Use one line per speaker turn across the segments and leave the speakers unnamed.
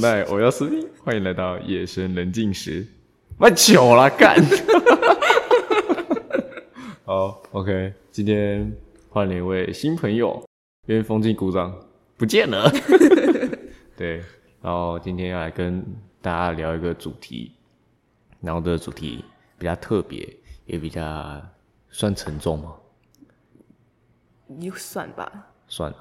奈，我要死命。欢迎来到夜深人静时，卖酒了，干。 好，OK，今天换了一位新朋友，因为风景鼓掌不见 了。对，然后今天要来跟大家聊一个主题，然后这个主题比较特别，也比较算沉重吗？
你算吧，
算了，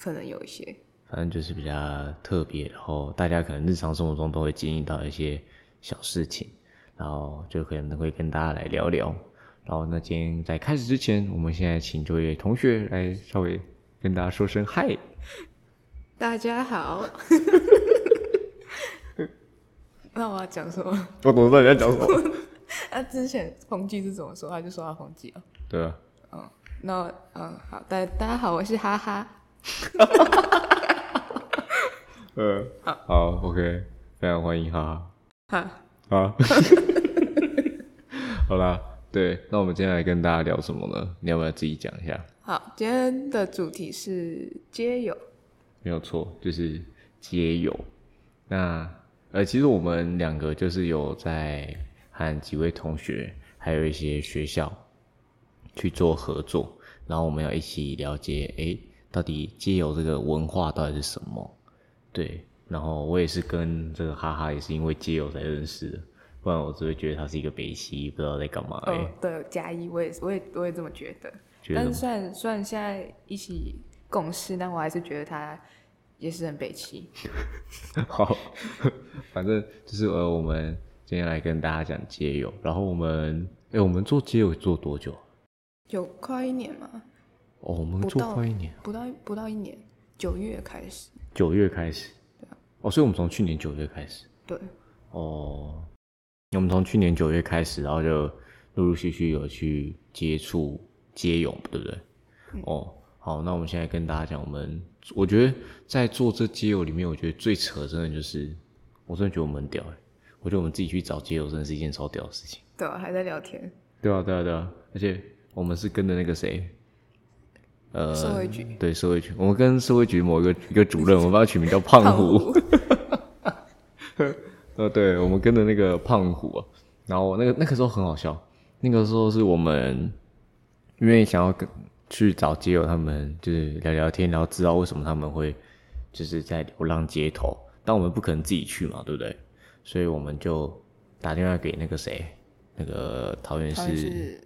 可能有一些。
反正就是比较特别，然后大家可能日常生活中都会经历到一些小事情，然后就可能会跟大家来聊聊。然后那今天在开始之前，我们现在请这位同学来稍微跟大家说声嗨。
大家 好，那我要讲什么？
哦我懂道你在讲什么，
啊，之前红记是怎么说？他就说他红记哦。
对啊，
那嗯，好，大大家好，我是哈哈。
嗯，好，OK，非常欢迎哈
哈，
哈啊。 好啦，对，那我们今天来跟大家聊什么呢？你要不要自己讲一下？
好，今天的主题是街友。
没有错，就是街友。那呃，其实我们两个就是有在和几位同学，还有一些学校去做合作，然后我们要一起了解，诶，到底街友这个文化到底是什么？对，然后我也是跟这个哈哈也是因为街友才认识的，不然我只会觉得他是一个北西，不知道在干嘛、诶
哦，对，加一，我也是，我也我也这么觉得。
哎觉
但
得
是虽然虽然现在一起共事，但我还是觉得他也是很北齐。
好，反正就是呃，我们今天来跟大家讲街友，然后我们，哎、我们做街友做多久啊？
有快一年吗？
哦，我们
不
做
到
快一年，
不到不到一年，九月开始。
九月开始，
啊
哦，所以我们从去年九月开始，
对，
哦，我们从去年九月开始，然后就陆陆续续有去接触街友，对不对？
嗯
哦，好，那我们现在跟大家讲，我们我觉得在做这街友里面，我觉得最扯，真的就是，我真的觉得我们很屌、欸，我觉得我们自己去找街友，真的是一件超屌的事情。
对啊，还在聊天。
对啊，对啊，对啊，而且我们是跟着那个谁，呃，
社会局
对社会局，我们跟社会局某一个一个主任，我们把他取名叫胖虎。
虎，
呃，对，我们跟着那个胖虎啊，然后那个那个时候很好笑，那个时候是我们因为想要跟去找街友他们，就是聊聊天，然后知道为什么他们会就是在流浪街头，但我们不可能自己去嘛，对不对？所以我们就打电话给那个谁，那个桃园
好
市
像是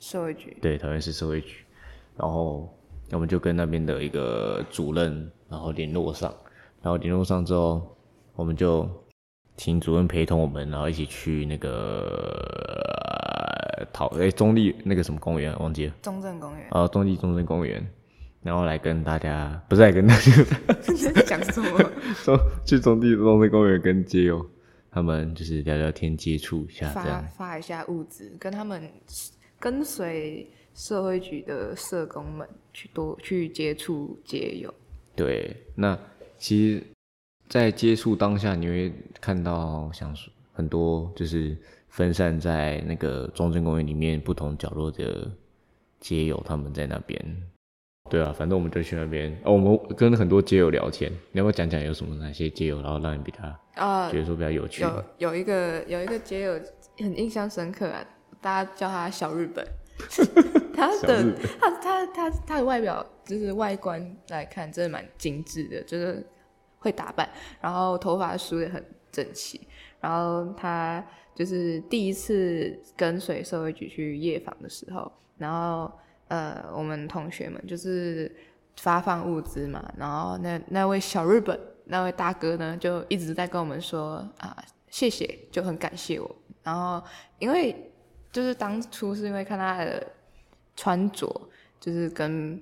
社会局。
对，桃园市社会局，然后我们就跟那边的一个主任，然后联络上，然后联络上之后，我们就请主任陪同我们，然后一起去那个呃桃哎、中立那个什么公园啊忘记了，
中正公 园
呃中立中正公园，然后来跟大家不是来跟大家
在讲什么？
说去中立中正公园跟街友他们就是聊聊天接触一下这
发
样，
发一下物资，跟他们跟随社会局的社工们去多去接触街友。
对，那其实，在接触当下，你会看到像是很多就是分散在那个中正公园里面不同角落的街友，他们在那边。对啊，反正我们就去那边。哦，我们跟很多街友聊天，你要不要讲讲有什么哪些街友，然后让你比他
啊，
觉得说比较有趣？
有有一个有一个街友很印象深刻啊，大家叫他小日 本。他
小日
的他他他他的外表就是外观来看，真的蛮精致的，就是会打扮，然后头发梳的很整齐，然后他就是第一次跟随社会局去夜访的时候，然后呃，我们同学们就是发放物资嘛，然后那那位小日本那位大哥呢，就一直在跟我们说啊、谢谢，就很感谢我。然后因为就是当初是因为看他的穿着，就是跟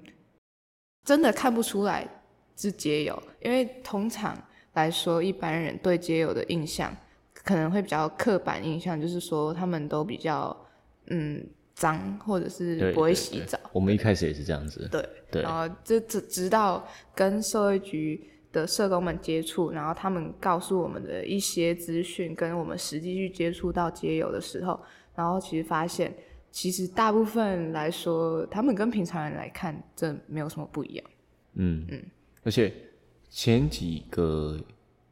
真的看不出来是街友，因为通常来说，一般人对街友的印象可能会比较刻板印象，就是说他们都比较嗯脏，或者是
对
不会
对
洗
对
澡。
我们一开始也是这样子。
对，
对
然后这直直到跟社会局的社工们接触，然后他们告诉我们的一些资讯，跟我们实际去接触到街友的时候，然后其实发现，其实大部分来说，他们跟平常人来看，这没有什么不一样。
嗯，而且前几个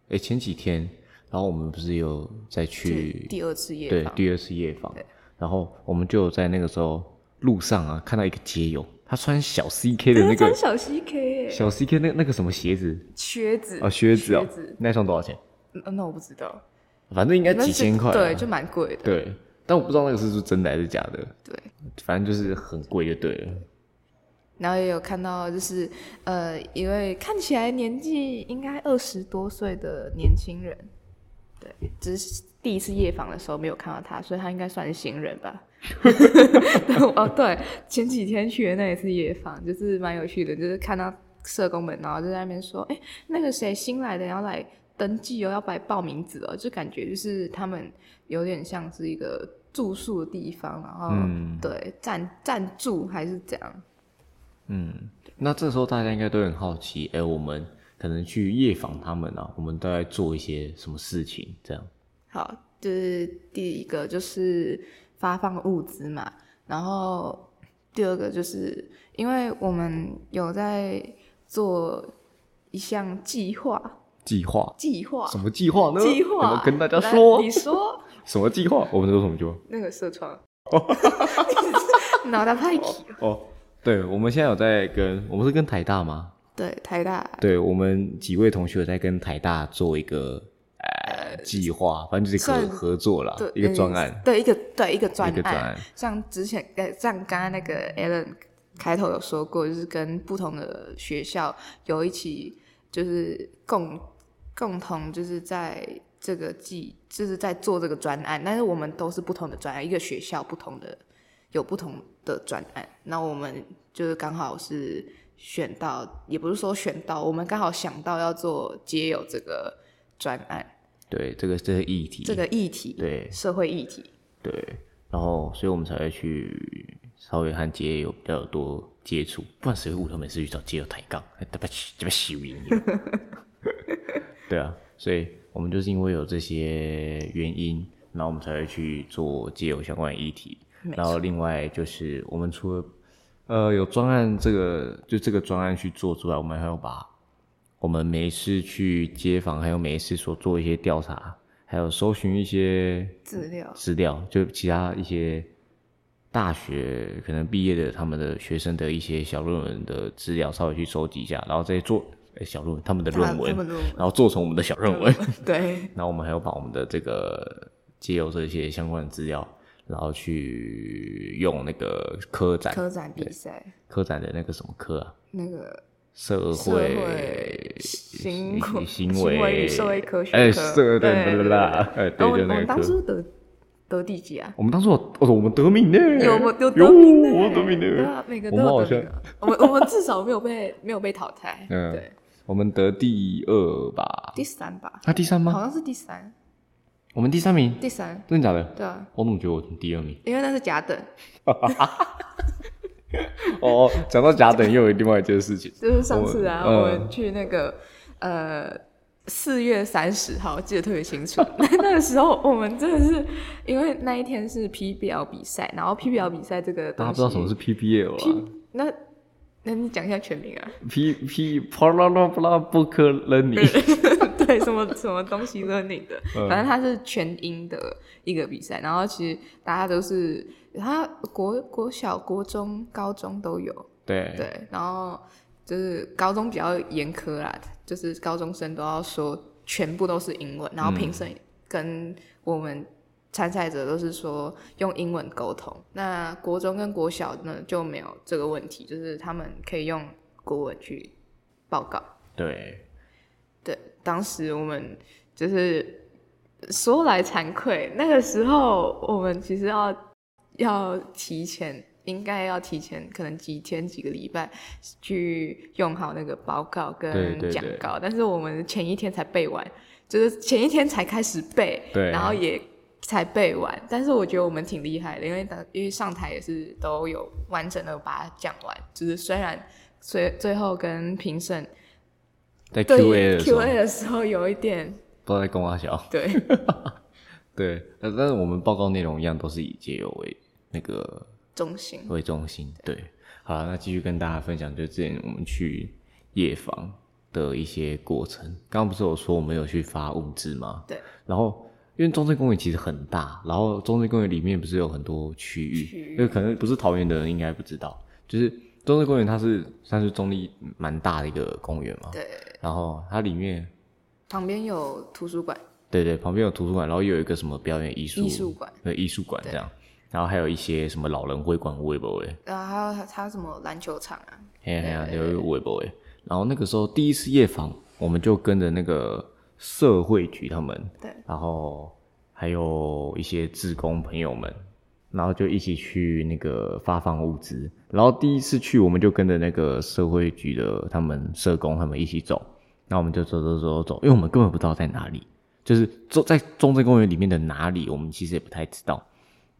诶，前几天，然后我们不是有再去
第二次夜
对
访，
第二次夜访
对，
然后我们就有在那个时候路上啊看到一个街友，他穿小 CK 的那
他穿
个
小 CK 耶、
小 CK 那那个什么鞋子
靴子
啊靴子哦
靴子，
那一双多少钱？
嗯那我不知道，
反正应该
那
几
是
千块啊，
对，就蛮贵的，
对，但我不知道那个是不是真的还是假的，
对。
反正就是很贵就对了。
然后也有看到，就是呃，一位看起来年纪应该二十多岁的年轻人，对，只是第一次夜访的时候没有看到他，所以他应该算是新人吧。 但我哦，对，前几天去的那一次夜访，就是蛮有趣的，就是看到社工们，然后就在那边说，哎，那个谁新来的要来登记哦，要来报名字哦，就感觉就是他们有点像是一个住宿的地方，然后、
嗯
对暂暂住还是怎样。
那这时候大家应该都很好奇，哎、我们可能去夜访他们啊，我们都在做一些什么事情？这样，
好，就是第一个就是发放物资嘛，然后第二个就是因为我们有在做一项计划，
计划
计划，
什么计划呢？
计
有没
划
有，跟大家
来
说
你说
什么计划？我们说什么计划？
那个社 创，脑袋派起，
哦，对，我们现在有在跟我们是跟台大吗？
对，台大
对，我们几位同学有在跟台大做一个呃计划，反正就是合
算
合作啦
对，
一个专
嗯
案，
对一个对一个专
一个专案。
像之前呃，像刚刚那个 Alan 开头有说过，就是跟不同的学校有一起，就是共共同就是在这个季，就是在做这个专案，但是我们都是不同的专案，一个学校不同的有不同的专案，那我们就是刚好是选到，也不是说选到，我们刚好想到要做街友这个专案
对，这个这个议题，
这个议题，
对
社会议题，
对，然后所以我们才会去稍微和街友比较多接触，不然谁会无聊没事去找街友抬杠？ 哎他妈这边洗你！ 对啊，所以我们就是因为有这些原因，然后我们才会去做街友相关的议题。
没
然后另外就是我们除了呃有专案这个就这个专案去做之外，我们还要把我们每一次去街访，还有每一次所做一些调查，还有搜寻一些
资料，
资料，就其他一些大学可能毕业的他们的学生的一些小论文的资料，稍微去收集一下，然后再做、诶小论文他们的论文
他，们论文
然后做成我们的小论文，
对，
然后我们还要把我们的这个借由这些相关的资料，然后去用那个科展
科展比赛
科展的那个什么科啊，
那个
社
社
会
行为
行
行为与社会科学科，
哎，社
对
对啦，哎，
然
对，
后我
就
们我
那个
们哦当
科。
初得得第几啊？
我们当初有，哦，我们得名呢，
有我有
有
得名呢
我得名
对
呢。
啊，每个
我
都
们好
有
像
得名啊。我们我们至少没有被没有被淘汰，
嗯
对，
我们得第二吧？
第三吧，
啊，第三
好
吗？
像是第三，
我们第三名，
第三，
真的假的？
对啊，
我怎么觉得我第二名？
因为那是甲等，
哦，讲到甲等，又有另外一件事情。
就是上次啊，
我嗯
我们去那个呃四月三十号，记得特别 清楚。 那那个时候我们真的是因为那一天是 PBL 比赛，然后 PBL 比赛这个
大家
东西，
不知道什么是 PPL 啊
P？那那你讲一下全名啊？
？P P 啪啦啦啪啦不可能你。
对，什么什么东西 learning 的，反正它是全英的一个比赛，然后其实大家都是它国国小、国中、高中都有，
对，
对，然后就是高中比较严苛啦，就是高中生都要说全部都是英文，然后评审跟我们参赛者都是说用英文沟通。那国中跟国小呢就没有这个问题，就是他们可以用国文去报告。
对，
对，当时我们就是说来惭愧，那个时候我们其实要要提前，应该要提前可能几天几个礼拜去用好那个报告
对
跟
对
讲
对
稿，但是我们前一天才背完，就是前一天才开始背，
对
然后也。才背完，但是我觉得我们挺厉害的，因为当因为上台也是都有完整的把它讲完，就是虽然最最后跟评审
在 Q A 的
对
时候，不
Q&A 的时候有一点
知道在公阿小。
对
对，但但是我们报告内容一样，都是以借由为那个
中心，
为中心。对，好啦，那继续跟大家分享，就之前我们去夜访，的一些过程。刚刚不是有说我们有去发物资吗？
对。
然后，因为中正公园其实很大，然后中正公园里面不是有很多区
区
域
域，
因为可能不是桃园的人应该不知道，就是中正公园它是算是中立蛮大的一个公园嘛。
对，
然后它里面，
旁边有图书馆、
对对，旁边有图书馆，然后又有一个什么表演艺术
艺术馆，
对艺术馆这样，然后还有一些什么老人会馆、微博哎，
然后还有还有什么篮球场啊，
嘿呀嘿呀，有一个微博哎。然后那个时候第一次夜访，我们就跟着那个社会局他们，
对，
然后还有一些志工朋友们，然后就一起去那个发放物资。然后第一次去，我们就跟着那个社会局的他们社工他们一起走，那我们就走走走走走，因为我们根本不知道在哪里，就是中在中正公园里面的哪里，我们其实也不太知道。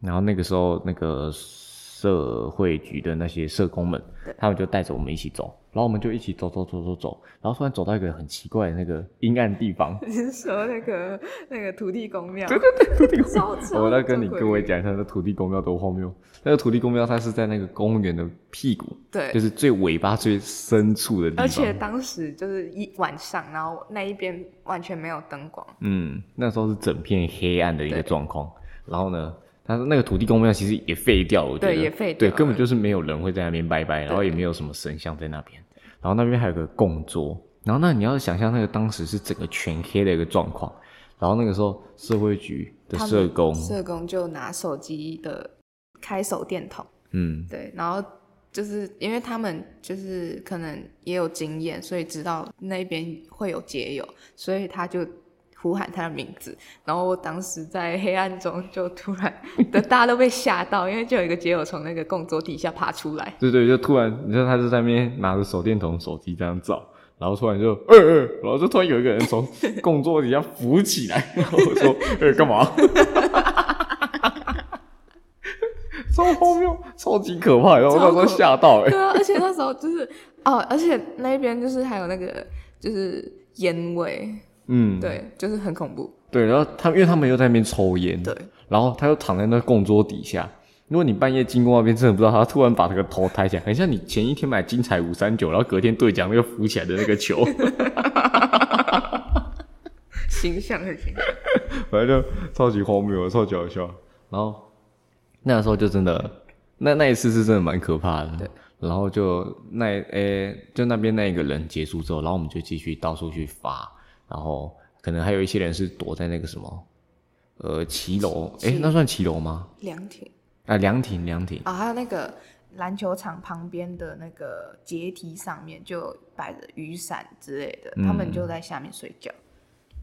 然后那个时候，那个社会局的那些社工们，他们就带着我们一起走，然后我们就一起走走走走走，然后突然走到一个很奇怪的那个阴暗地方，
你是说那个那个土地公庙？对对对，土地公 庙
我来跟你各位，讲一下，那土地公庙多荒谬。那个土地公庙，它是在那个公园的屁股，
对
就，是最尾巴最深处的地方。
而且，当时就是一晚上，然后那一边完全没有灯光，
嗯，那时候是整片黑暗的一个
对
状况。然后呢，它的那个土地公庙其实也废掉了，我觉得
对也废掉
对，
了
根本就是没有人会在那边拜拜，然后也没有什么神像在那边。然后那边还有个供桌，然后那你要想象那个当时是整个全黑的一个状况。然后那个时候社会局的
他们
社工，
社工就拿手机的开手电筒，
嗯，
对，然后就是因为他们就是可能也有经验，所以知道那边会有解友，所以他就呼喊他的名字。然后我当时在黑暗中就突然的大家都被吓到，因为就有一个解友从那个供桌底下爬出来，
对对，就突然，你知道他就在那边拿着手电筒、手机这样照，然后突然就，呃呃，然后就突然有一个人从供桌底下浮起来，然后我说，呃，干嘛？超荒谬，超级可怕，然后我那时候吓到、欸，
对啊，而且那时候就是哦，而且那边就是还有那个就是烟味，
嗯，
对，就是很恐怖，
对，然后他们因为他们又在那边抽烟，
对，
然后他又躺在那供桌底下。如果你半夜经过那边，真的不知道他突然把这个头抬起来，很像你前一天买金彩五三九，然后隔天兑奖那个浮起来的那个球。
形象很形象。
反正就超级荒谬，超级好笑。然后那时候就真的，那那一次是真的蛮可怕的。然后就那诶、就那边那一个人结束之后，然后我们就继续到处去发，然后可能还有一些人是躲在那个什么，呃，骑楼，诶、那算骑楼吗？
凉亭
啊，凉亭，凉亭，
啊，还有那个篮球场旁边的那个阶梯上面就摆着雨伞之类的，他们就
嗯
在下面睡觉。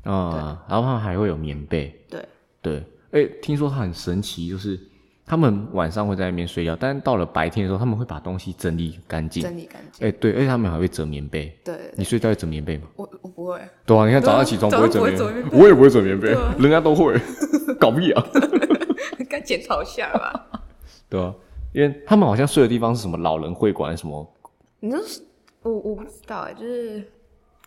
啊、然后他们还会有棉被，
对，
对，哎、听说它很神奇，就是他们晚上会在那边睡觉，但是到了白天的时候，他们会把东西整理干净。
整理干净。
哎、对，而且他们还会折棉被。
对，
哎你睡觉会折棉被吗？
我我不会，
对啊，你看
对啊
早上起床不会折棉
早上不会折棉
被，我也不会折棉 被
对啊，
人家都会，搞屁 啊！
该检讨一下吧。
对啊，因为他们好像睡的地方是什么老人会馆什么，
你就是我我不知道哎、就是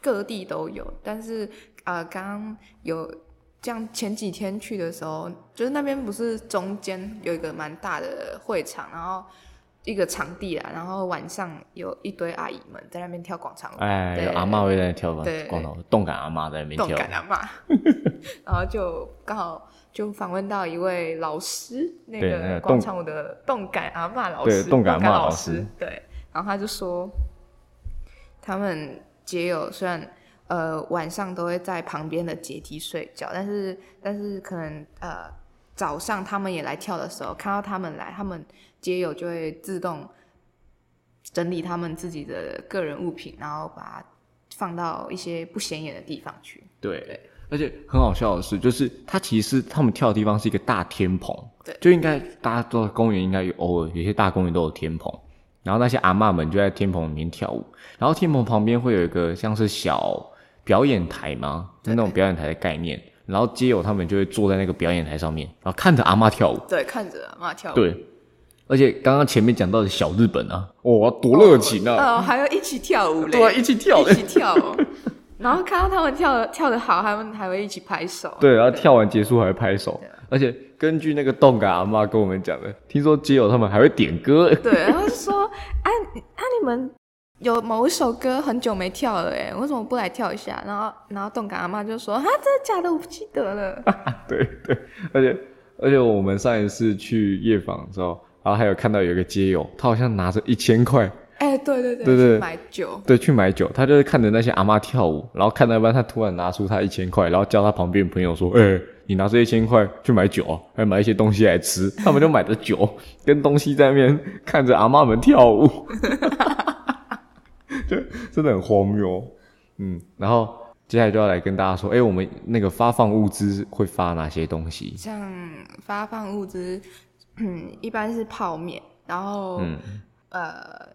各地都有，但是啊，呃刚刚有这样前几天去的时候，就是那边不是中间有一个蛮大的会场，然后一个场地啊，然后晚上有一堆阿姨们在那边跳广场舞。
哎，
对
有阿嬷会在那跳广
对
广场舞，动感阿嬷在那边
动
跳，
感阿 嘛，然后就刚好就访问到一位老师，那
对那
个
个
广
动
场舞的动感阿嬷老
对
师，
动感阿嬷
老
老师，
对，然后他就说，他们街友虽然呃晚上都会在旁边的阶梯睡觉，但是但是可能呃早上他们也来跳的时候，看到他们来，他们街友就会自动整理他们自己的个人物品，然后把它放到一些不显眼的地方去。
对，而且很好笑的是，就是它其实是他们跳的地方是一个大天棚，
对
就应该大家都公园应该有偶尔有些大公园都有天棚，然后那些阿嬷们就在天棚里面跳舞，然后天棚旁边会有一个像是小表演台吗？就那种表演台的概念，然后街友他们就会坐在那个表演台上面，然后看着阿嬷跳舞，
对，看着阿妈跳舞。
对。而且刚刚前面讲到的小日本啊，哇、多热情啊！
哦，还要一起跳舞嘞，
对啊，一起跳的
一。起跳 舞。然后看到他们跳的跳的好，他们还会一起拍手。
对，然后跳完结束还会拍手，而且根据那个动感阿妈跟我们讲的，听说街友他们还会点歌，
对，然后就说：“啊你啊，你们有某一首歌很久没跳了，哎，为什么不来跳一下？然后，然后动感阿妈就说：“啊，真的假的？我不记得 了。
对对，而且而且我们上一次去夜访的时候，然后还有看到有一个街友，他好像拿着一千块，”
哎，对对对，
对对
去买酒，
对，去买酒，他就是看着那些阿妈跳舞，然后看到一半，他突然拿出他一千块，然后叫他旁边朋友说：“哎、你拿这一千块去买酒啊，还买一些东西来吃。”他们就买的酒跟东西在那边看着阿妈们跳舞， 就真的很荒谬。嗯，然后接下来就要来跟大家说，哎、我们那个发放物资会发哪些东西？
像发放物资，嗯，一般是泡面，然后、
嗯，
呃，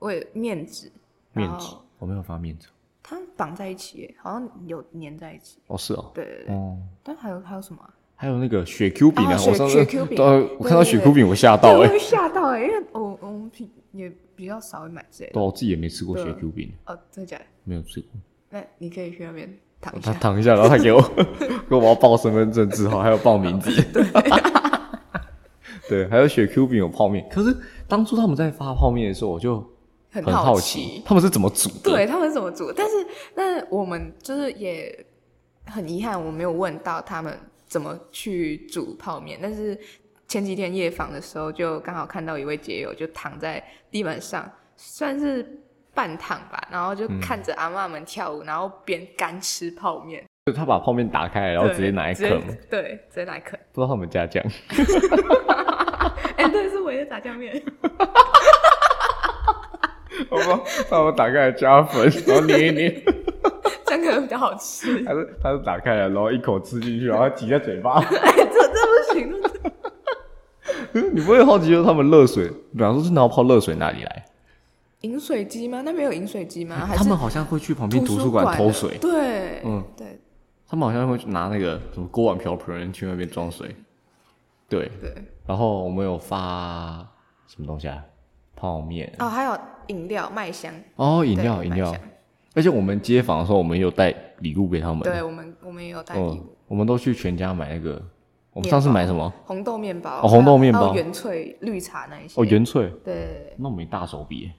为面纸，
面
然
纸
后，
我没有发面纸。
它们绑在一起耶，好像有粘在一起。
哦，是哦，
对对对，
哦，
但还有还有什么啊、
还有那个雪 Q 饼啊，
哦
我上
雪
次
雪 Q 饼
对我看到雪
对对
Q 饼，我吓
对，
到
我
哎、
会吓到哎、因为我我们平也比较少会买这类的。
对，啊我自己也没吃过
对
雪 Q 饼，
哦，真的假的？
没有吃过。
那你可以去那边躺一
他
下。
躺一下，然后他给我 给我要报身份证字号，还有报名字。 对，还有雪 Q 饼有泡面。可是当初他们在发泡面的时候，我就
很
很
好
好
奇
奇他们是怎么煮的。
对他们是怎么煮？但是那我们就是也很遗憾，我没有问到他们怎么去煮泡面。但是前几天夜访的时候，就刚好看到一位街友就躺在地板上，算是半躺吧，然后就看着阿嬷们跳舞，然后边干吃泡面，
就他把泡面打开，然后直接拿来
对
啃，
嗯直接对，直接拿来 啃。
不知道他们加酱。
哎、对，是我的炸酱面，
好吧，他们打开来加粉， 然后捏一捏。
这样可能比较好吃。
他是他是打开了，然后一口吃进去，然后挤在嘴巴。
哎、这这不行，这
你不会好奇，就是他们热水，比方说是拿泡热水哪里来？
饮水机吗？那边有饮水机吗？还
他
是
们好像会去旁边图书
馆
馆偷
的
水。
对，
嗯
对
他们好像会拿那个什么锅碗瓢盆去那边装水。对，
对。
然后我们有发什么东西啊？泡面
哦，还有饮料麦香，
哦，饮料
对
饮
麦
料
香。
而且我们街访的时候，我们也有带礼物给他们。
对我们我们也有带礼
嗯
物，，
我们都去全家买那个。我们
面
上次
包
买什么？
红豆面包，
哦红豆面
还有
包
还有原萃绿茶那一些。
哦，原萃。
对对
那我们一大手笔耶。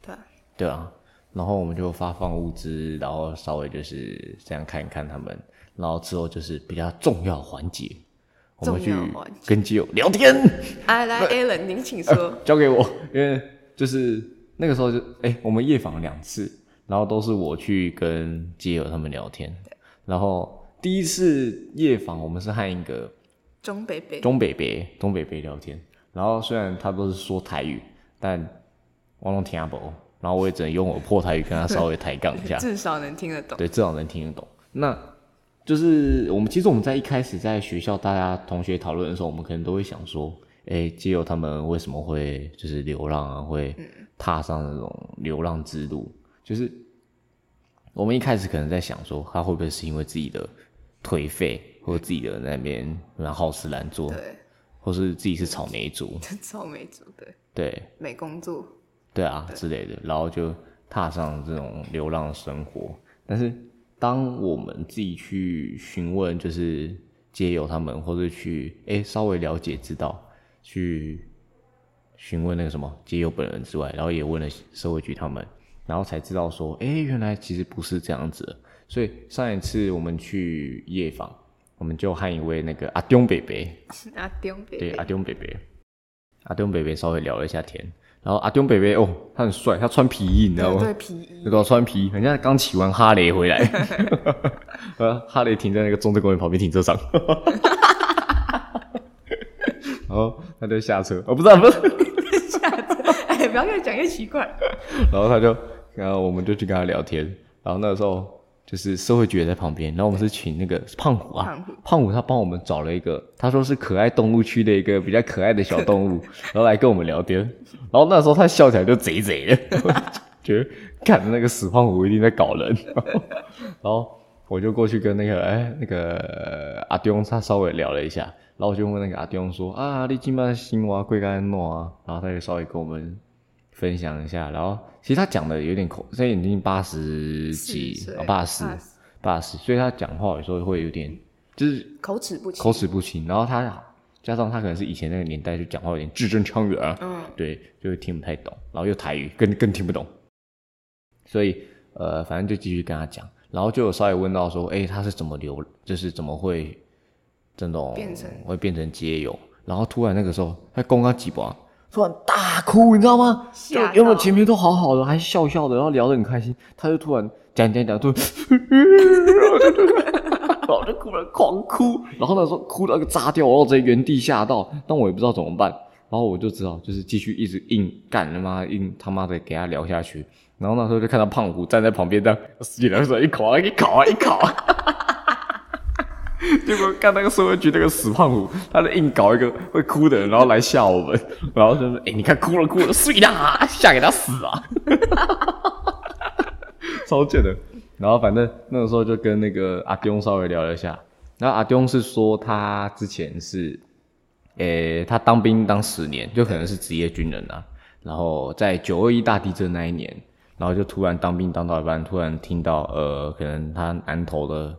对啊
对啊，然后我们就发放物资，然后稍微就是这样看一看他们，然后之后就是比较重要环节，我们去
重要环节
跟基友聊天。
哎，来 a l a n 您请说。
交给我， 因为就是那个时候就哎、我们夜访两次，然后都是我去跟基友他们聊天，然后第一次夜访我们是和一个
钟北北，
东北北东北北聊天，然后虽然他都是说台语，但我拢听不懂，然后我也只能用我破台语跟他稍微抬杠一下，
至少能听得懂。
对，至少能听得懂。那就是我们其实我们在一开始在学校大家同学讨论的时候，我们可能都会想说，哎、基友他们为什么会就是流浪啊，会
嗯
踏上那种流浪之路？就是我们一开始可能在想说，他会不会是因为自己的颓废，或者自己的那边然后好吃懒做，
对，
或是自己是草莓族，
臭美族对，
对，
没 工作。
对啊之类的，然后就踏上这种流浪生活。但是当我们自己去询问，就是街友他们，或者去哎、诶稍微了解知道，去询问那个什么街友本人之外，然后也问了社会局他们，然后才知道说，哎、原来其实不是这样子的。所以上一次我们去夜访，我们就和一位那个阿东北北，
啊，钟北
对
北，
阿东北北，阿东北北稍微聊了一下天，然后阿东北北哦，他很帅，他穿皮衣，你知道
对
吗
对？皮衣
那，个穿皮，人家刚骑完哈雷回来， 呃，哈雷停在那个中正公园旁边停车场， 然后他就下车，哦，不是、啊、不是，
哎，不要越讲越奇怪。
然后他就，然后我们就去跟他聊天，然后那时候就是社会局也在旁边，然后我们是请那个胖虎啊，
胖虎
他帮我们找了一个，他说是可爱动物区的一个比较可爱的小动物，然后来跟我们聊天，然后那时候他笑起来就贼贼的， 我就觉得看着那个死胖虎一定在搞人，然后然后我就过去跟那个哎那个阿东他稍微聊了一下，然后我就问那个阿东说啊，你今麦新娃贵干诺啊，然后他就稍微跟我们分享一下，然后其实他讲的有点口，现在已经八十几哦
40，
八十
84
八十，所以他讲话有时候会有点就是
口齿不清，
口齿不清，然后他加上他可能是以前那个年代就讲话有点字正腔圆，
嗯，
对，就听不太懂，然后又台语更更听不懂，所以呃，反正就继续跟他讲，然后就有稍微问到说，哎、他是怎么流，就是怎么会这种
变成
会变成街友，然后突然那个时候他公刚几把。突然大哭，你知道吗？就
吓到
原本前面都好好的，还笑笑的，然后聊得很开心，他就突然讲讲讲，突然 然后就突然狂哭，然后那时候哭到一个炸掉，然后直接原地吓到，但我也不知道怎么办，然后我就只好就是继续一直硬干，他妈硬他妈的给他聊下去，然后那时候就看到胖虎站在旁边这样，死人说一口啊一口啊一口啊。 结果看那个社会局那个死胖虎，他在硬搞一个会哭的人，然后来吓我们，然后就是哎、你看哭了哭了，睡啦， 吓给他死啊，超贱的。然后反正那个时候就跟那个阿丢稍微聊了一下，然后阿丢是说他之前是，诶、他当兵当十年，就可能是职业军人啊。然后在九二一大地震那一年，然后就突然当兵当到一半，突然听到呃，可能他南投的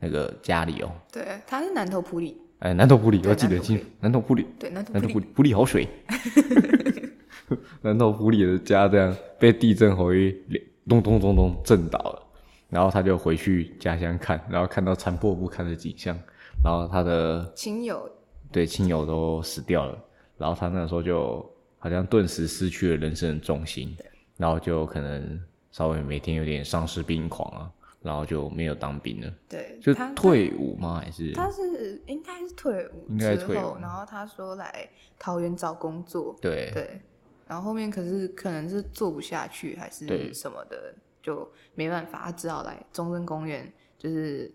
那个家里哦，
对，他是南投普里，
哎，南投埔里，
对
我记得
南投埔里
清，南投埔里，
对，南投
南
普
投埔
里，
里，埔里好水， 南投埔里的家这样被地震回连咚咚咚咚震倒了，然后他就回去家乡看，然后看到残破不堪的景象，然后他的
亲友
对亲友都死掉了，然后他那时候就好像顿时失去了人生的重心，然后就可能稍微每天有点丧失兵狂啊，然后就没有当兵了，
对，
就
他
退伍吗？还是
他是应该是退伍
应该
之
是退伍
后，然后他说来桃园找工作，
对
对，然后后面可是可能是做不下去还
对
是什么的，就没办法，他只好来中正公园，就是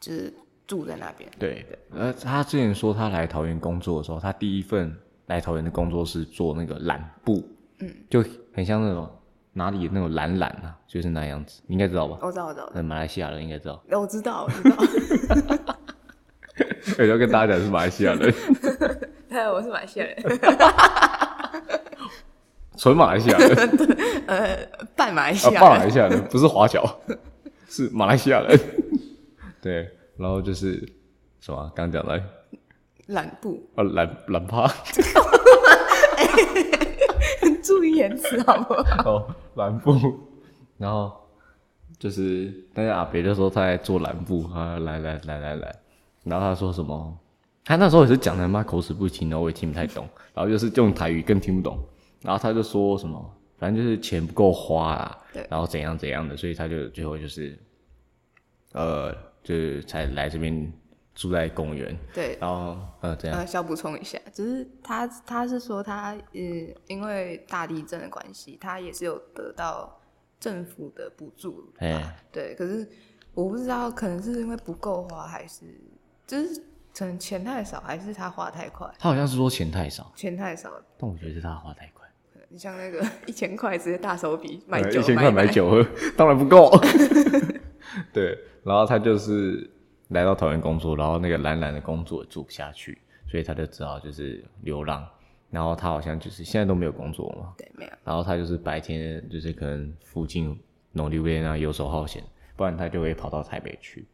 就是住在那边，
对，呃，他之前说他来桃园工作的时候，他第一份来桃园的工作是做那个染布，
嗯，
就很像那种哪里那种染染啊，就是那样子，你应该知道吧？
哦我知道，我知道，哦
呃，马来西亚人应该知 道，
我知道，我知道，
哎我要跟大家讲是马来西亚人，
哎，我是马来西亚人，
纯马来西亚 人，
半马来西
啊，
亚
马
人，
来西亚人不是华 侨，是马来西亚 人。对，然后就是什么啊刚讲的
懒布，
啊，染染帕。
注意言辞好不好？
哦，蓝布，然后就是那个阿北就说他在做蓝布，啊，来来来来来，然后他说什么？他那时候也是讲的妈口齿不清，然后我也听不太懂，然后就是用台语更听不懂，然后他就说什么，反正就是钱不够花啊
对，
然后怎样怎样的，所以他就最后就是，呃，就是才来这边住在公园，
对，
然后呃怎样？
呃，小补充一下，就是他他是说他呃，因为大地震的关系，他也是有得到政府的补助，
哎、
对。可是我不知道，可能是因为不够花，还是就是可能钱太少，还是他花太快，
他好像是说钱太少，
钱太少。
但我觉得是他花太快。
你像那个一千块直接大手笔买酒，
呃一千块买
奶，
酒喝， 当然不够。对，然后他就是来到桃园工作，然后那个蓝蓝的工作也做不下去，所以他就只好就是流浪。然后他好像就是现在都没有工作嘛，
对，没有，
然后他就是白天就是可能附近农历边啊游手好闲，不然他就会跑到台北去，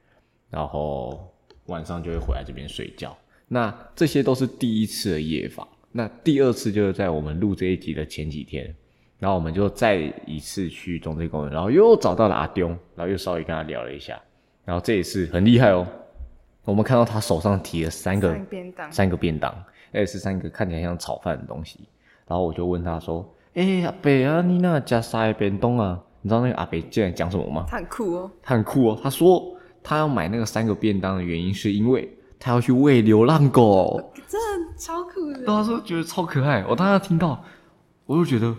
然后晚上就会回来这边睡觉。那这些都是第一次的夜访，那第二次就是在我们录这一集的前几天，然后我们就再一次去中正公园，然后又找到了阿丢，然后又稍微跟他聊了一下，然后这一次很厉害哦，我们看到他手上提了三个
上便当，
三个便当，而且是三个看起来像炒饭的东西。然后我就问他说：“哎、阿北啊，你那加啥便当啊？”你知道那个阿北竟然讲什么吗？
他很酷 哦，
他很酷哦，他说他要买那个三个便当的原因是因为他要去喂流浪狗。
真的超酷的，
然后他说觉得超可爱，我当时听到我就觉得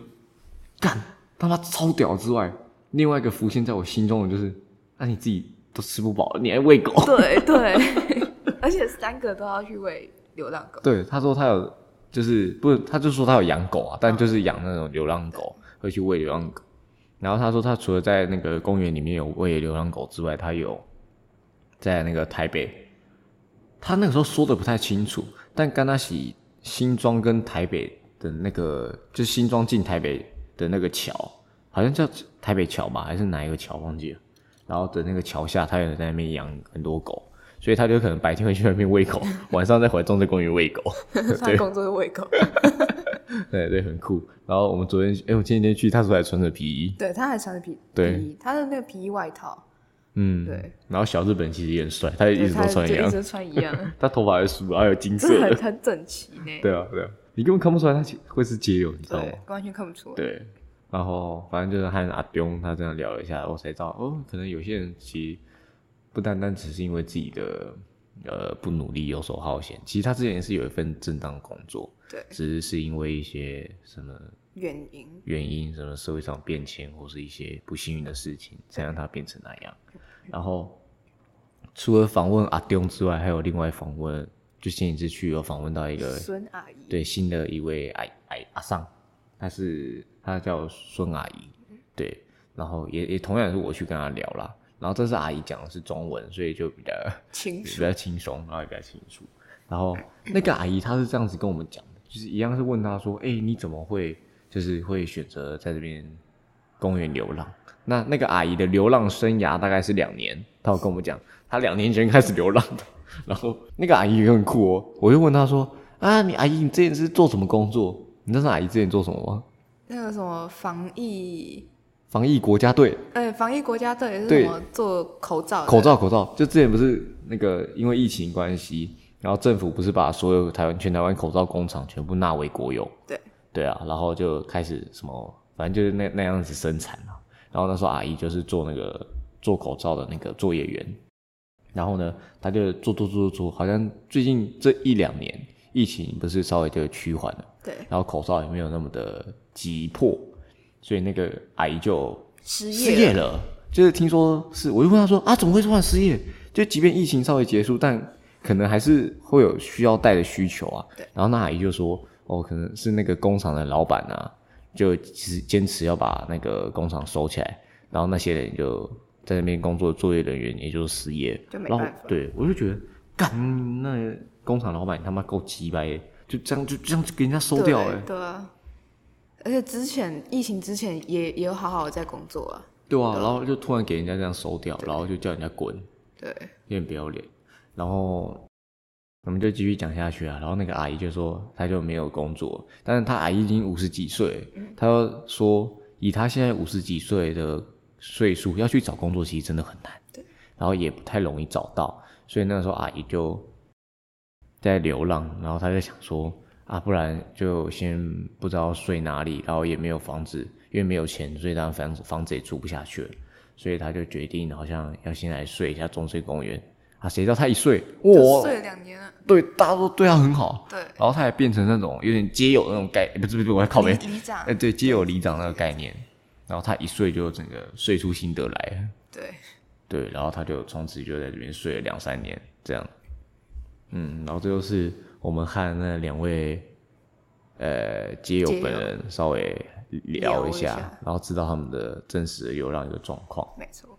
干他妈超屌之外，另外一个浮现在我心中的就是，那、你自己都吃不饱，你还喂狗？
对 对，而且三个都要去喂流浪 狗，
对，他说他有，就是不是，他就说他有养狗啊，但就是养那种流浪狗，会去喂流浪狗。然后他说他除了在那个公园里面有喂流浪狗之外，他有在那个台北，他那个时候说的不太清楚，但甘纳喜新庄跟台北的那个，就是新庄进台北的那个桥，好像叫台北桥吧，还是哪一个桥忘记了。然后的那个桥下，他有在那边养很多狗，所以他就可 能白天会去那边喂狗，晚上再回中正公园喂狗。
他的工作是喂狗，
对对，很酷。然后我们昨天，哎、我前几天去，他说还穿着皮衣，
对，他还穿着皮
对
皮衣，他的那个皮衣外套，
嗯，
对。
然后小日本其实也很帅，他也
对
一直
他
都
就
穿一
一
样，
直穿一 样，
他头发还梳，还有金色
这很
的，
很整齐呢。
对啊对啊，你根本看不出来他其会是街友，你知道吗
对，？完全看不出来。
对，然后反正就是和阿东他这样聊了一下，我才知道哦，可能有些人其实不单单只是因为自己的呃不努力游手好闲，其实他之前也是有一份正当工作，
对，
只是是因为一些什么
原因
原因，什么社会上变迁或是一些不幸运的事情，才让他变成那样。然后除了访问阿东之外，还有另外访问，就前几次去有访问到一个
孙阿姨，
对新的一位阿阿阿桑，她是她叫孙阿姨，对，然后也也同样是我去跟她聊啦，然后这次阿姨讲的是中文，所以就比较
情
比
绪
较轻松，然后也比较清楚。然后那个阿姨她是这样子跟我们讲的，就是一样是问她说，哎、你怎么会就是会选择在这边公园流浪？那那个阿姨的流浪生涯大概是两年，她有跟我们讲，她两年前开始流浪的。然后那个阿姨也很酷哦，我就问她说：“啊，你阿姨你之前是做什么工作？你知道那阿姨之前做什么吗？
那个什么防疫，
防疫国家队，
呃，防疫国家队也是
对
什么做口罩的？
啊口罩口罩。就之前不是那个因为疫情关系，然后政府不是把所有台湾全台湾口罩工厂全部纳为国有？
对
对啊，然后就开始什么，反正就是那那样子生产啊。然后那时候阿姨就是做那个做口罩的那个作业员，然后呢，她就做做做做做，好像最近这一两年疫情不是稍微就趋缓了。
对，
然后口罩也没有那么的急迫，所以那个阿姨就
失
失
业
业了。就是听说是，我就问她说啊，怎么会突然失业？就即便疫情稍微结束，但可能还是会有需要戴的需求啊。
对
然后那阿姨就说，哦，可能是那个工厂的老板啊，就其实坚持要把那个工厂收起来，然后那些人就在那边工作的作业人员也就失业，
就没
然后
办法
对我就觉得，干那工厂老板他妈够鸡掰耶，就这样就这样就给人家收掉哎、
对对啊。而且之前疫情之前也也有好好的在工作啊，
对啊，然后就突然给人家这样收掉，然后就叫人家滚，
对，
有点不要脸。然后我们就继续讲下去啊。然后那个阿姨就说，她就没有工作，但是她阿姨已经五十几岁了，
嗯
她就说以她现在五十几岁的岁数要去找工作，其实真的很难，然后也不太容易找到，所以那时候阿姨就在流浪，然后她就想说。啊，不然就先不知道睡哪里，然后也没有房子，因为没有钱，所以当然房子房子也住不下去了。所以他就决定好像要先来睡一下中水公园啊，谁知道他一睡，
就
哇，
睡了两年了，
对，大家都对他很好，
对，
然后他也变成那种有点街友那种概，不是不是，我在靠
里
边，
里长
哎，，对，街友里长那个概念，然后他一睡就整个睡出心得来了，
对，
对，然后他就从此就在这边睡了两三年这样，嗯，然后这就是我们和那两位呃街友
街友
本人稍微聊
聊
一
一
下
下，
然后知道他们的真实的流浪一个状况。
没错，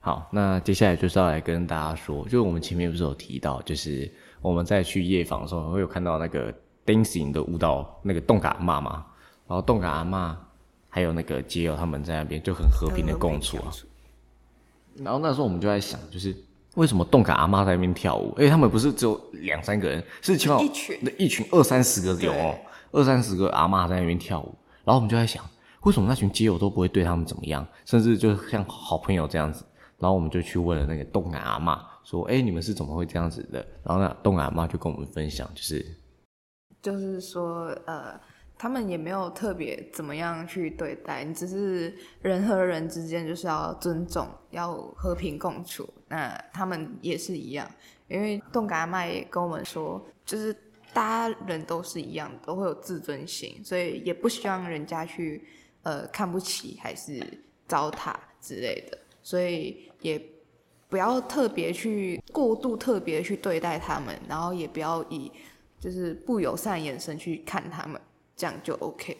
好，那接下来就是要来跟大家说，就是我们前面不是有提到，就是我们在去夜访的时候，会有看到那个 dancing 的舞蹈，那个动感阿嬷嘛，然后动感阿嬷还有那个街友他们在那边就很和平的共处啊。，然后那时候我们就在想，就是为什么动感阿嬷在那边跳舞？而且他们不是只有两三个人，是起码
一群
那一群二三十个有哦，二三十个阿嬷在那边跳舞。然后我们就在想，为什么那群街友都不会对他们怎么样，甚至就像好朋友这样子。然后我们就去问了那个动感阿嬷，说：“哎，你们是怎么会这样子的？”然后那动感阿嬷就跟我们分享，就是
就是说，呃，他们也没有特别怎么样去对待，你只是人和人之间就是要尊重，要和平共处。那他们也是一样，因为动感阿妈也跟我们说，就是大家人都是一样，都会有自尊心，所以也不希望人家去呃看不起还是糟蹋之类的，所以也不要特别去过度特别去对待他们，然后也不要以就是不友善眼神去看他们，这样就 OK。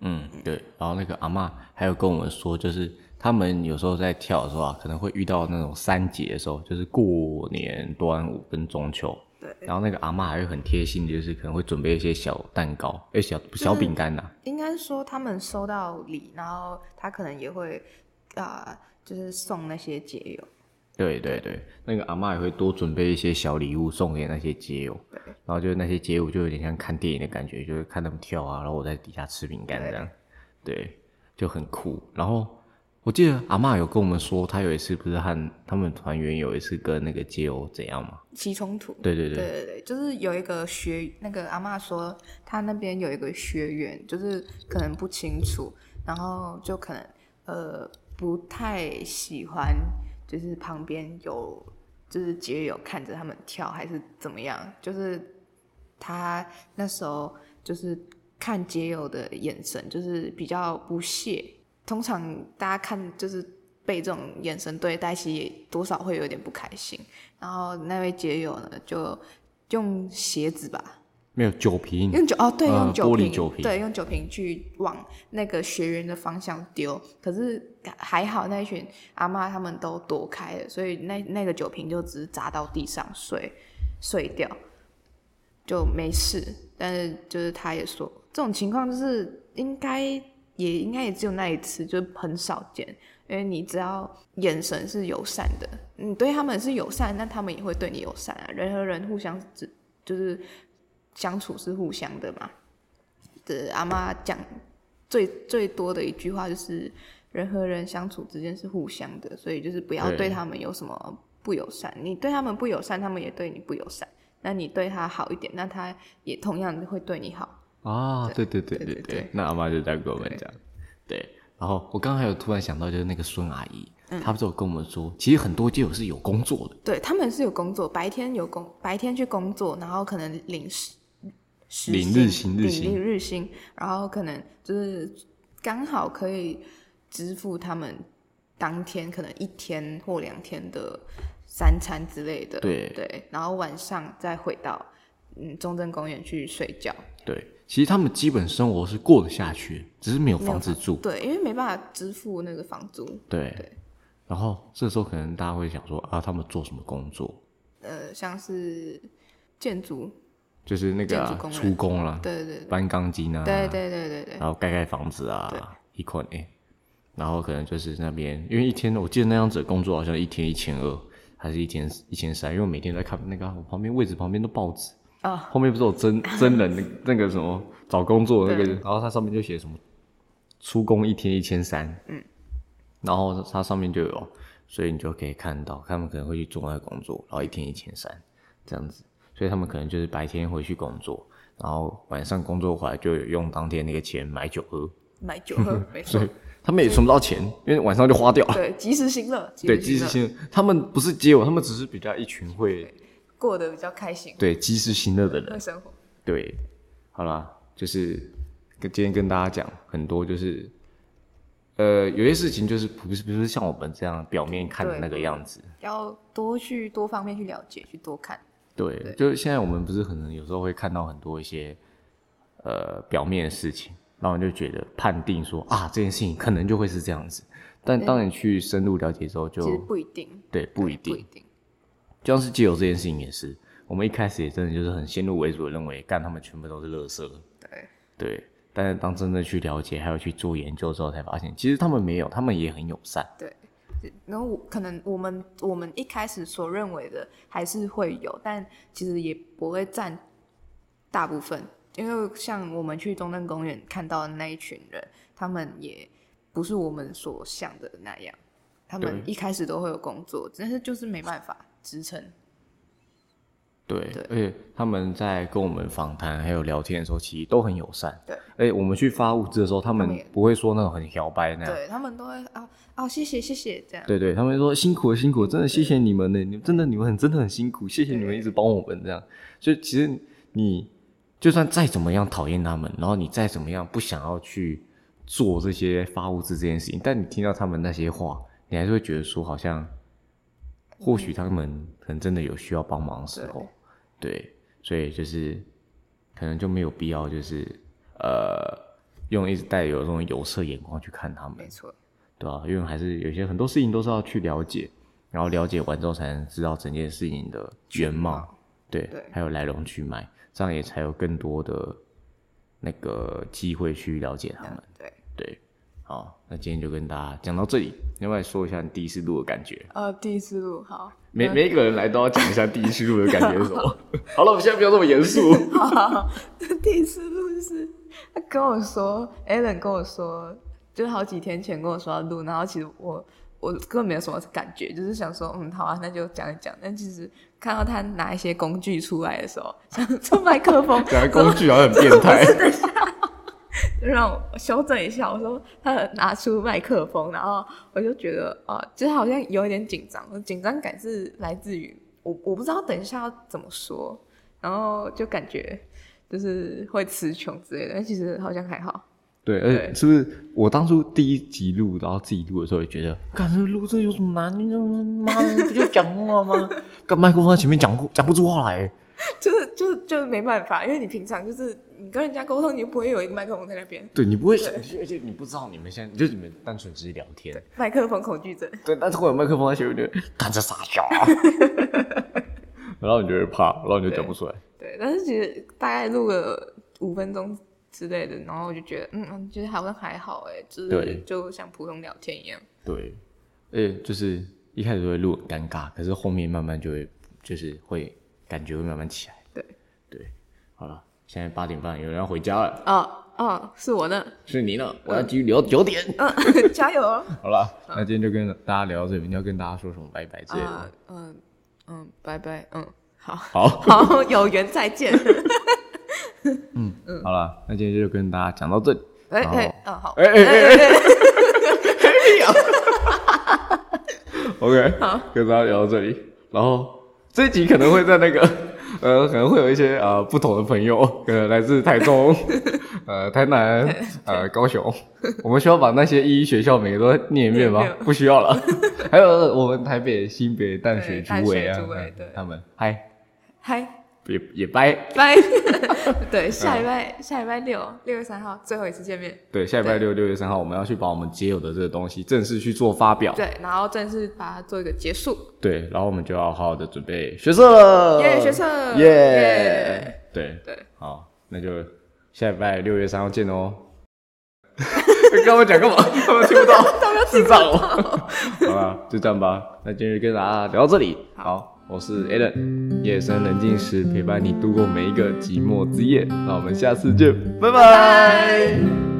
嗯，对。然后那个阿嬷还有跟我们说，就是他们有时候在跳的时候啊，可能会遇到那种三节的时候，就是过年、端午跟中秋。
对，
然后那个阿嬷还会很贴心的，就是可能会准备一些小蛋糕，哎、小小饼干啊呐、
应该说他们收到礼，然后他可能也会啊、就是送那些节友。
对对对，那个阿嬷也会多准备一些小礼物送给那些街友
对。
然后就是那些街舞就有点像看电影的感觉，就是看他们跳啊，然后我在底下吃饼干这样，对，就很酷。然后我记得阿嬷有跟我们说，她有一次不是和他们团员有一次跟那个街友怎样嘛？
起冲突。
对对对，
对对对，就是有一个学那个阿嬷说，她那边有一个学员，就是可能不清楚，然后就可能呃不太喜欢，就是旁边有就是姐友看着他们跳还是怎么样，就是他那时候就是看姐友的眼神就是比较不屑，通常大家看就是。被这种眼神对待，其实也多少会有点不开心。然后那位姐友呢，就用鞋子吧，
没有酒瓶，
用酒哦，对，
呃
用酒
玻璃
瓶，
酒瓶
对，用酒瓶去往那个学员的方向丢。可是还好那一群阿妈他们都躲开了，所以那那个酒瓶就只是砸到地上碎碎掉，就没事。但是就是他也说，这种情况就是应该也应该也只有那一次，就是很少见。因为你只要眼神是友善的，你对他们是友善，那他们也会对你友善啊。人和人互相只就是相处是互相的嘛。这阿妈讲最最多的一句话就是，人和人相处之间是互相的，所以就是不要
对
对他们有什么不友善。你对他们不友善，他们也对你不友善。那你对他好一点，那他也同样会对你好。
啊，对对对
对
对
对
对
对，
那阿妈就在跟我们讲，对。然后我刚刚还有突然想到，就是那个孙阿姨，她不是有跟我们说，其实很多街友是有工作的，
对他们是有工作，白天有工，白天去工作，然后可能领时时
领
薪
日薪日
领
薪
日薪，然后可能就是刚好可以支付他们当天可能一天或两天的三餐之类的，
对
对，然后晚上再回到嗯中正公园去睡觉，
对。其实他们基本生活是过得下去的，只是没有
没有
房子住，
对，因为没办法支付那个房租，
对。
对
然后这时候可能大家会想说啊，他们做什么工作？
呃，像是建筑，
就是那个、啊
建筑工、人
出工啦，
对对
搬钢筋啊，
对对对对对对，
然后盖盖房子啊，一捆哎，然后可能就是那边，因为一天我记得那样子的工作好像一天一千二，还是一天一千三，因为我每天在看那个啊我旁边位置旁边的报纸
啊
后面不是有真 真人那那个什么找工作的那个，然后它上面就写什么出工一天一千三，嗯，然后它上面就有，所以你就可以看到他们可能会去做那个工作，然后一天一千三这样子，所以他们可能就是白天回去工作。然后晚上工作回来就有用当天那个钱买酒喝，
买 酒喝，没错
所以，他们也存不到钱，因为晚上就花掉了。
对，及时行乐，
对，
及
及
时
时
行乐，
行乐，他们不是街友，他们只是比较一群会
过得比较开心，
对及时行乐的人。
会生活。
对，好啦，就是跟今天跟大家讲很多，就是呃，有些事情就是不是不是像我们这样表面看的
对
那个样子。
要多去多方面去了解，去多看。
对，就是现在我们不是可能有时候会看到很多一些呃表面的事情，然后你就觉得判定说啊这件事情可能就会是这样子，但当你去深入了解之后就，
其实不一定，
对不一
不
定
一。定。
就像是借由这件事情也是，我们一开始也真的就是很先入为主的认为，干他们全部都是垃圾，
对，
对。但是当真正去了解，还有去做研究之后，才发现其实他们没有，他们也很友善，
然后我可能我们我们一开始所认为的还是会有，但其实也不会占大部分，因为像我们去中正公园看到的那一群人，他们也不是我们所想的那样。他们一开始都会有工作，但是就是没办法支撑。
对。
对
而且他们在跟我们访谈还有聊天的时候，其实都很友善。
对。
而且我们去发物资的时候，他
他
们
们也
不会说那种很摇摆那样。
对他们都会啊啊，谢谢谢谢这样。
对对，他们说辛苦了，辛苦了，真的谢谢你们呢，你们真的你们很真的很辛苦，谢谢你们一直帮我们这样。所以其实你就算再怎么样讨厌他们，然后你再怎么样不想要去做这些发物资这件事情，但你听到他们那些话，你还是会觉得说好像或许他们可能真的有需要帮忙的时候，对，所以就是可能就没有必要就是呃用一直带有这种有色眼光去看他们
没。错，
对啊，因为还是有些很多事情都是要去了解，然后了解完之后才能知道整件事情的全貌，对，
对
还有来龙去脉，这样也才有更多的那个机会去了解他们。
对，
对，好，那今天就跟大家讲到这里。另外说一下你第一次录的感觉，
呃，第一次录，好，
每每一个人来都要讲一下第一次录的感觉是什 么。好了，我们现在不要这么严肃。，
好， 第一次录就是他跟我说，Alan 跟我说，就是好几天前跟我说要录，然后其实我我根本没有什么感觉，就是想说，嗯，好啊，那就讲一讲。但其实看到他拿一些工具出来的时候，像这麦克风
讲的工具好像很变态。
就让我修正一下。我说他拿出麦克风，然后我就觉得啊、呃就是好像有一点紧张，紧张感是来自于我我不知道等一下要怎么说，然后就感觉就是会词穷之类的，但其实好像还好。
对，而且是不是我当初第一集录，然后自己录的时候也觉得， 干这录这有什么难？你怎么妈的不就讲话 吗？干麦克风在前面讲不讲不出话来，
就是就是就是没办法，因为你平常就是你跟人家沟通，你就不会有一个麦克风在那边，
对你不会，而且你不知道你们现在就你们单纯只是聊天，
麦克风恐惧症。
对，但是会有麦克风在前面，就干这傻笑， 然后你就会怕，然后你就讲不出来。
对，但是其实大概录个五分钟之类的，然后我就觉得，嗯，嗯觉得好像还好哎、就
对
是就像普通聊天一样。
对，而且就是一开始会录很尴尬，可是后面慢慢就会就是会感觉会慢慢起来。
对
对，好了，现在八点半，有人要回家了。
哦哦，是我呢，
是你呢，我要继续聊九点。
嗯， 加油哦！
好了，那今天就跟大家聊到这里，你要跟大家说什么拜拜之类的吗
啊，。嗯嗯，拜拜，嗯，好，
好，
好，有缘再见。嗯
好了，那今天就跟大家讲到这 里。
哎
然后
哎，嗯，好，
哎哎哎哎，OK，
好，
跟大家聊到这里。然后这一集可能会在那个，呃，可能会有一些呃不同的朋友，可能来自台 中、呃台南、呃高雄。我们需要把那些一一学校每个都念一遍吗
念一？遍
不需要了。 还有我们台北、新北、淡水、
对淡
竹围啊
水竹围，对
嗯他们嗨，哎
嗨，
也也拜。
拜。 对，
嗯
下礼拜下礼拜六六月三号最后一次见面，
对，下礼拜六六月三号，我们要去把我们皆有的这个东西正式去做发表。
对，然后正式把它做一个结束。
对，然后我们就要好好的准备学测了，
耶，学测，
耶、
耶，
对，
对，
好，那就下礼拜六月三号见 哦。跟我讲干嘛？他们听不到，智障哦。好吧，就这样吧。那今天就跟大家聊到这里。好，我是 Alan，夜深人静时陪伴你度过每一个寂寞之夜。那我们下次见，拜拜
拜。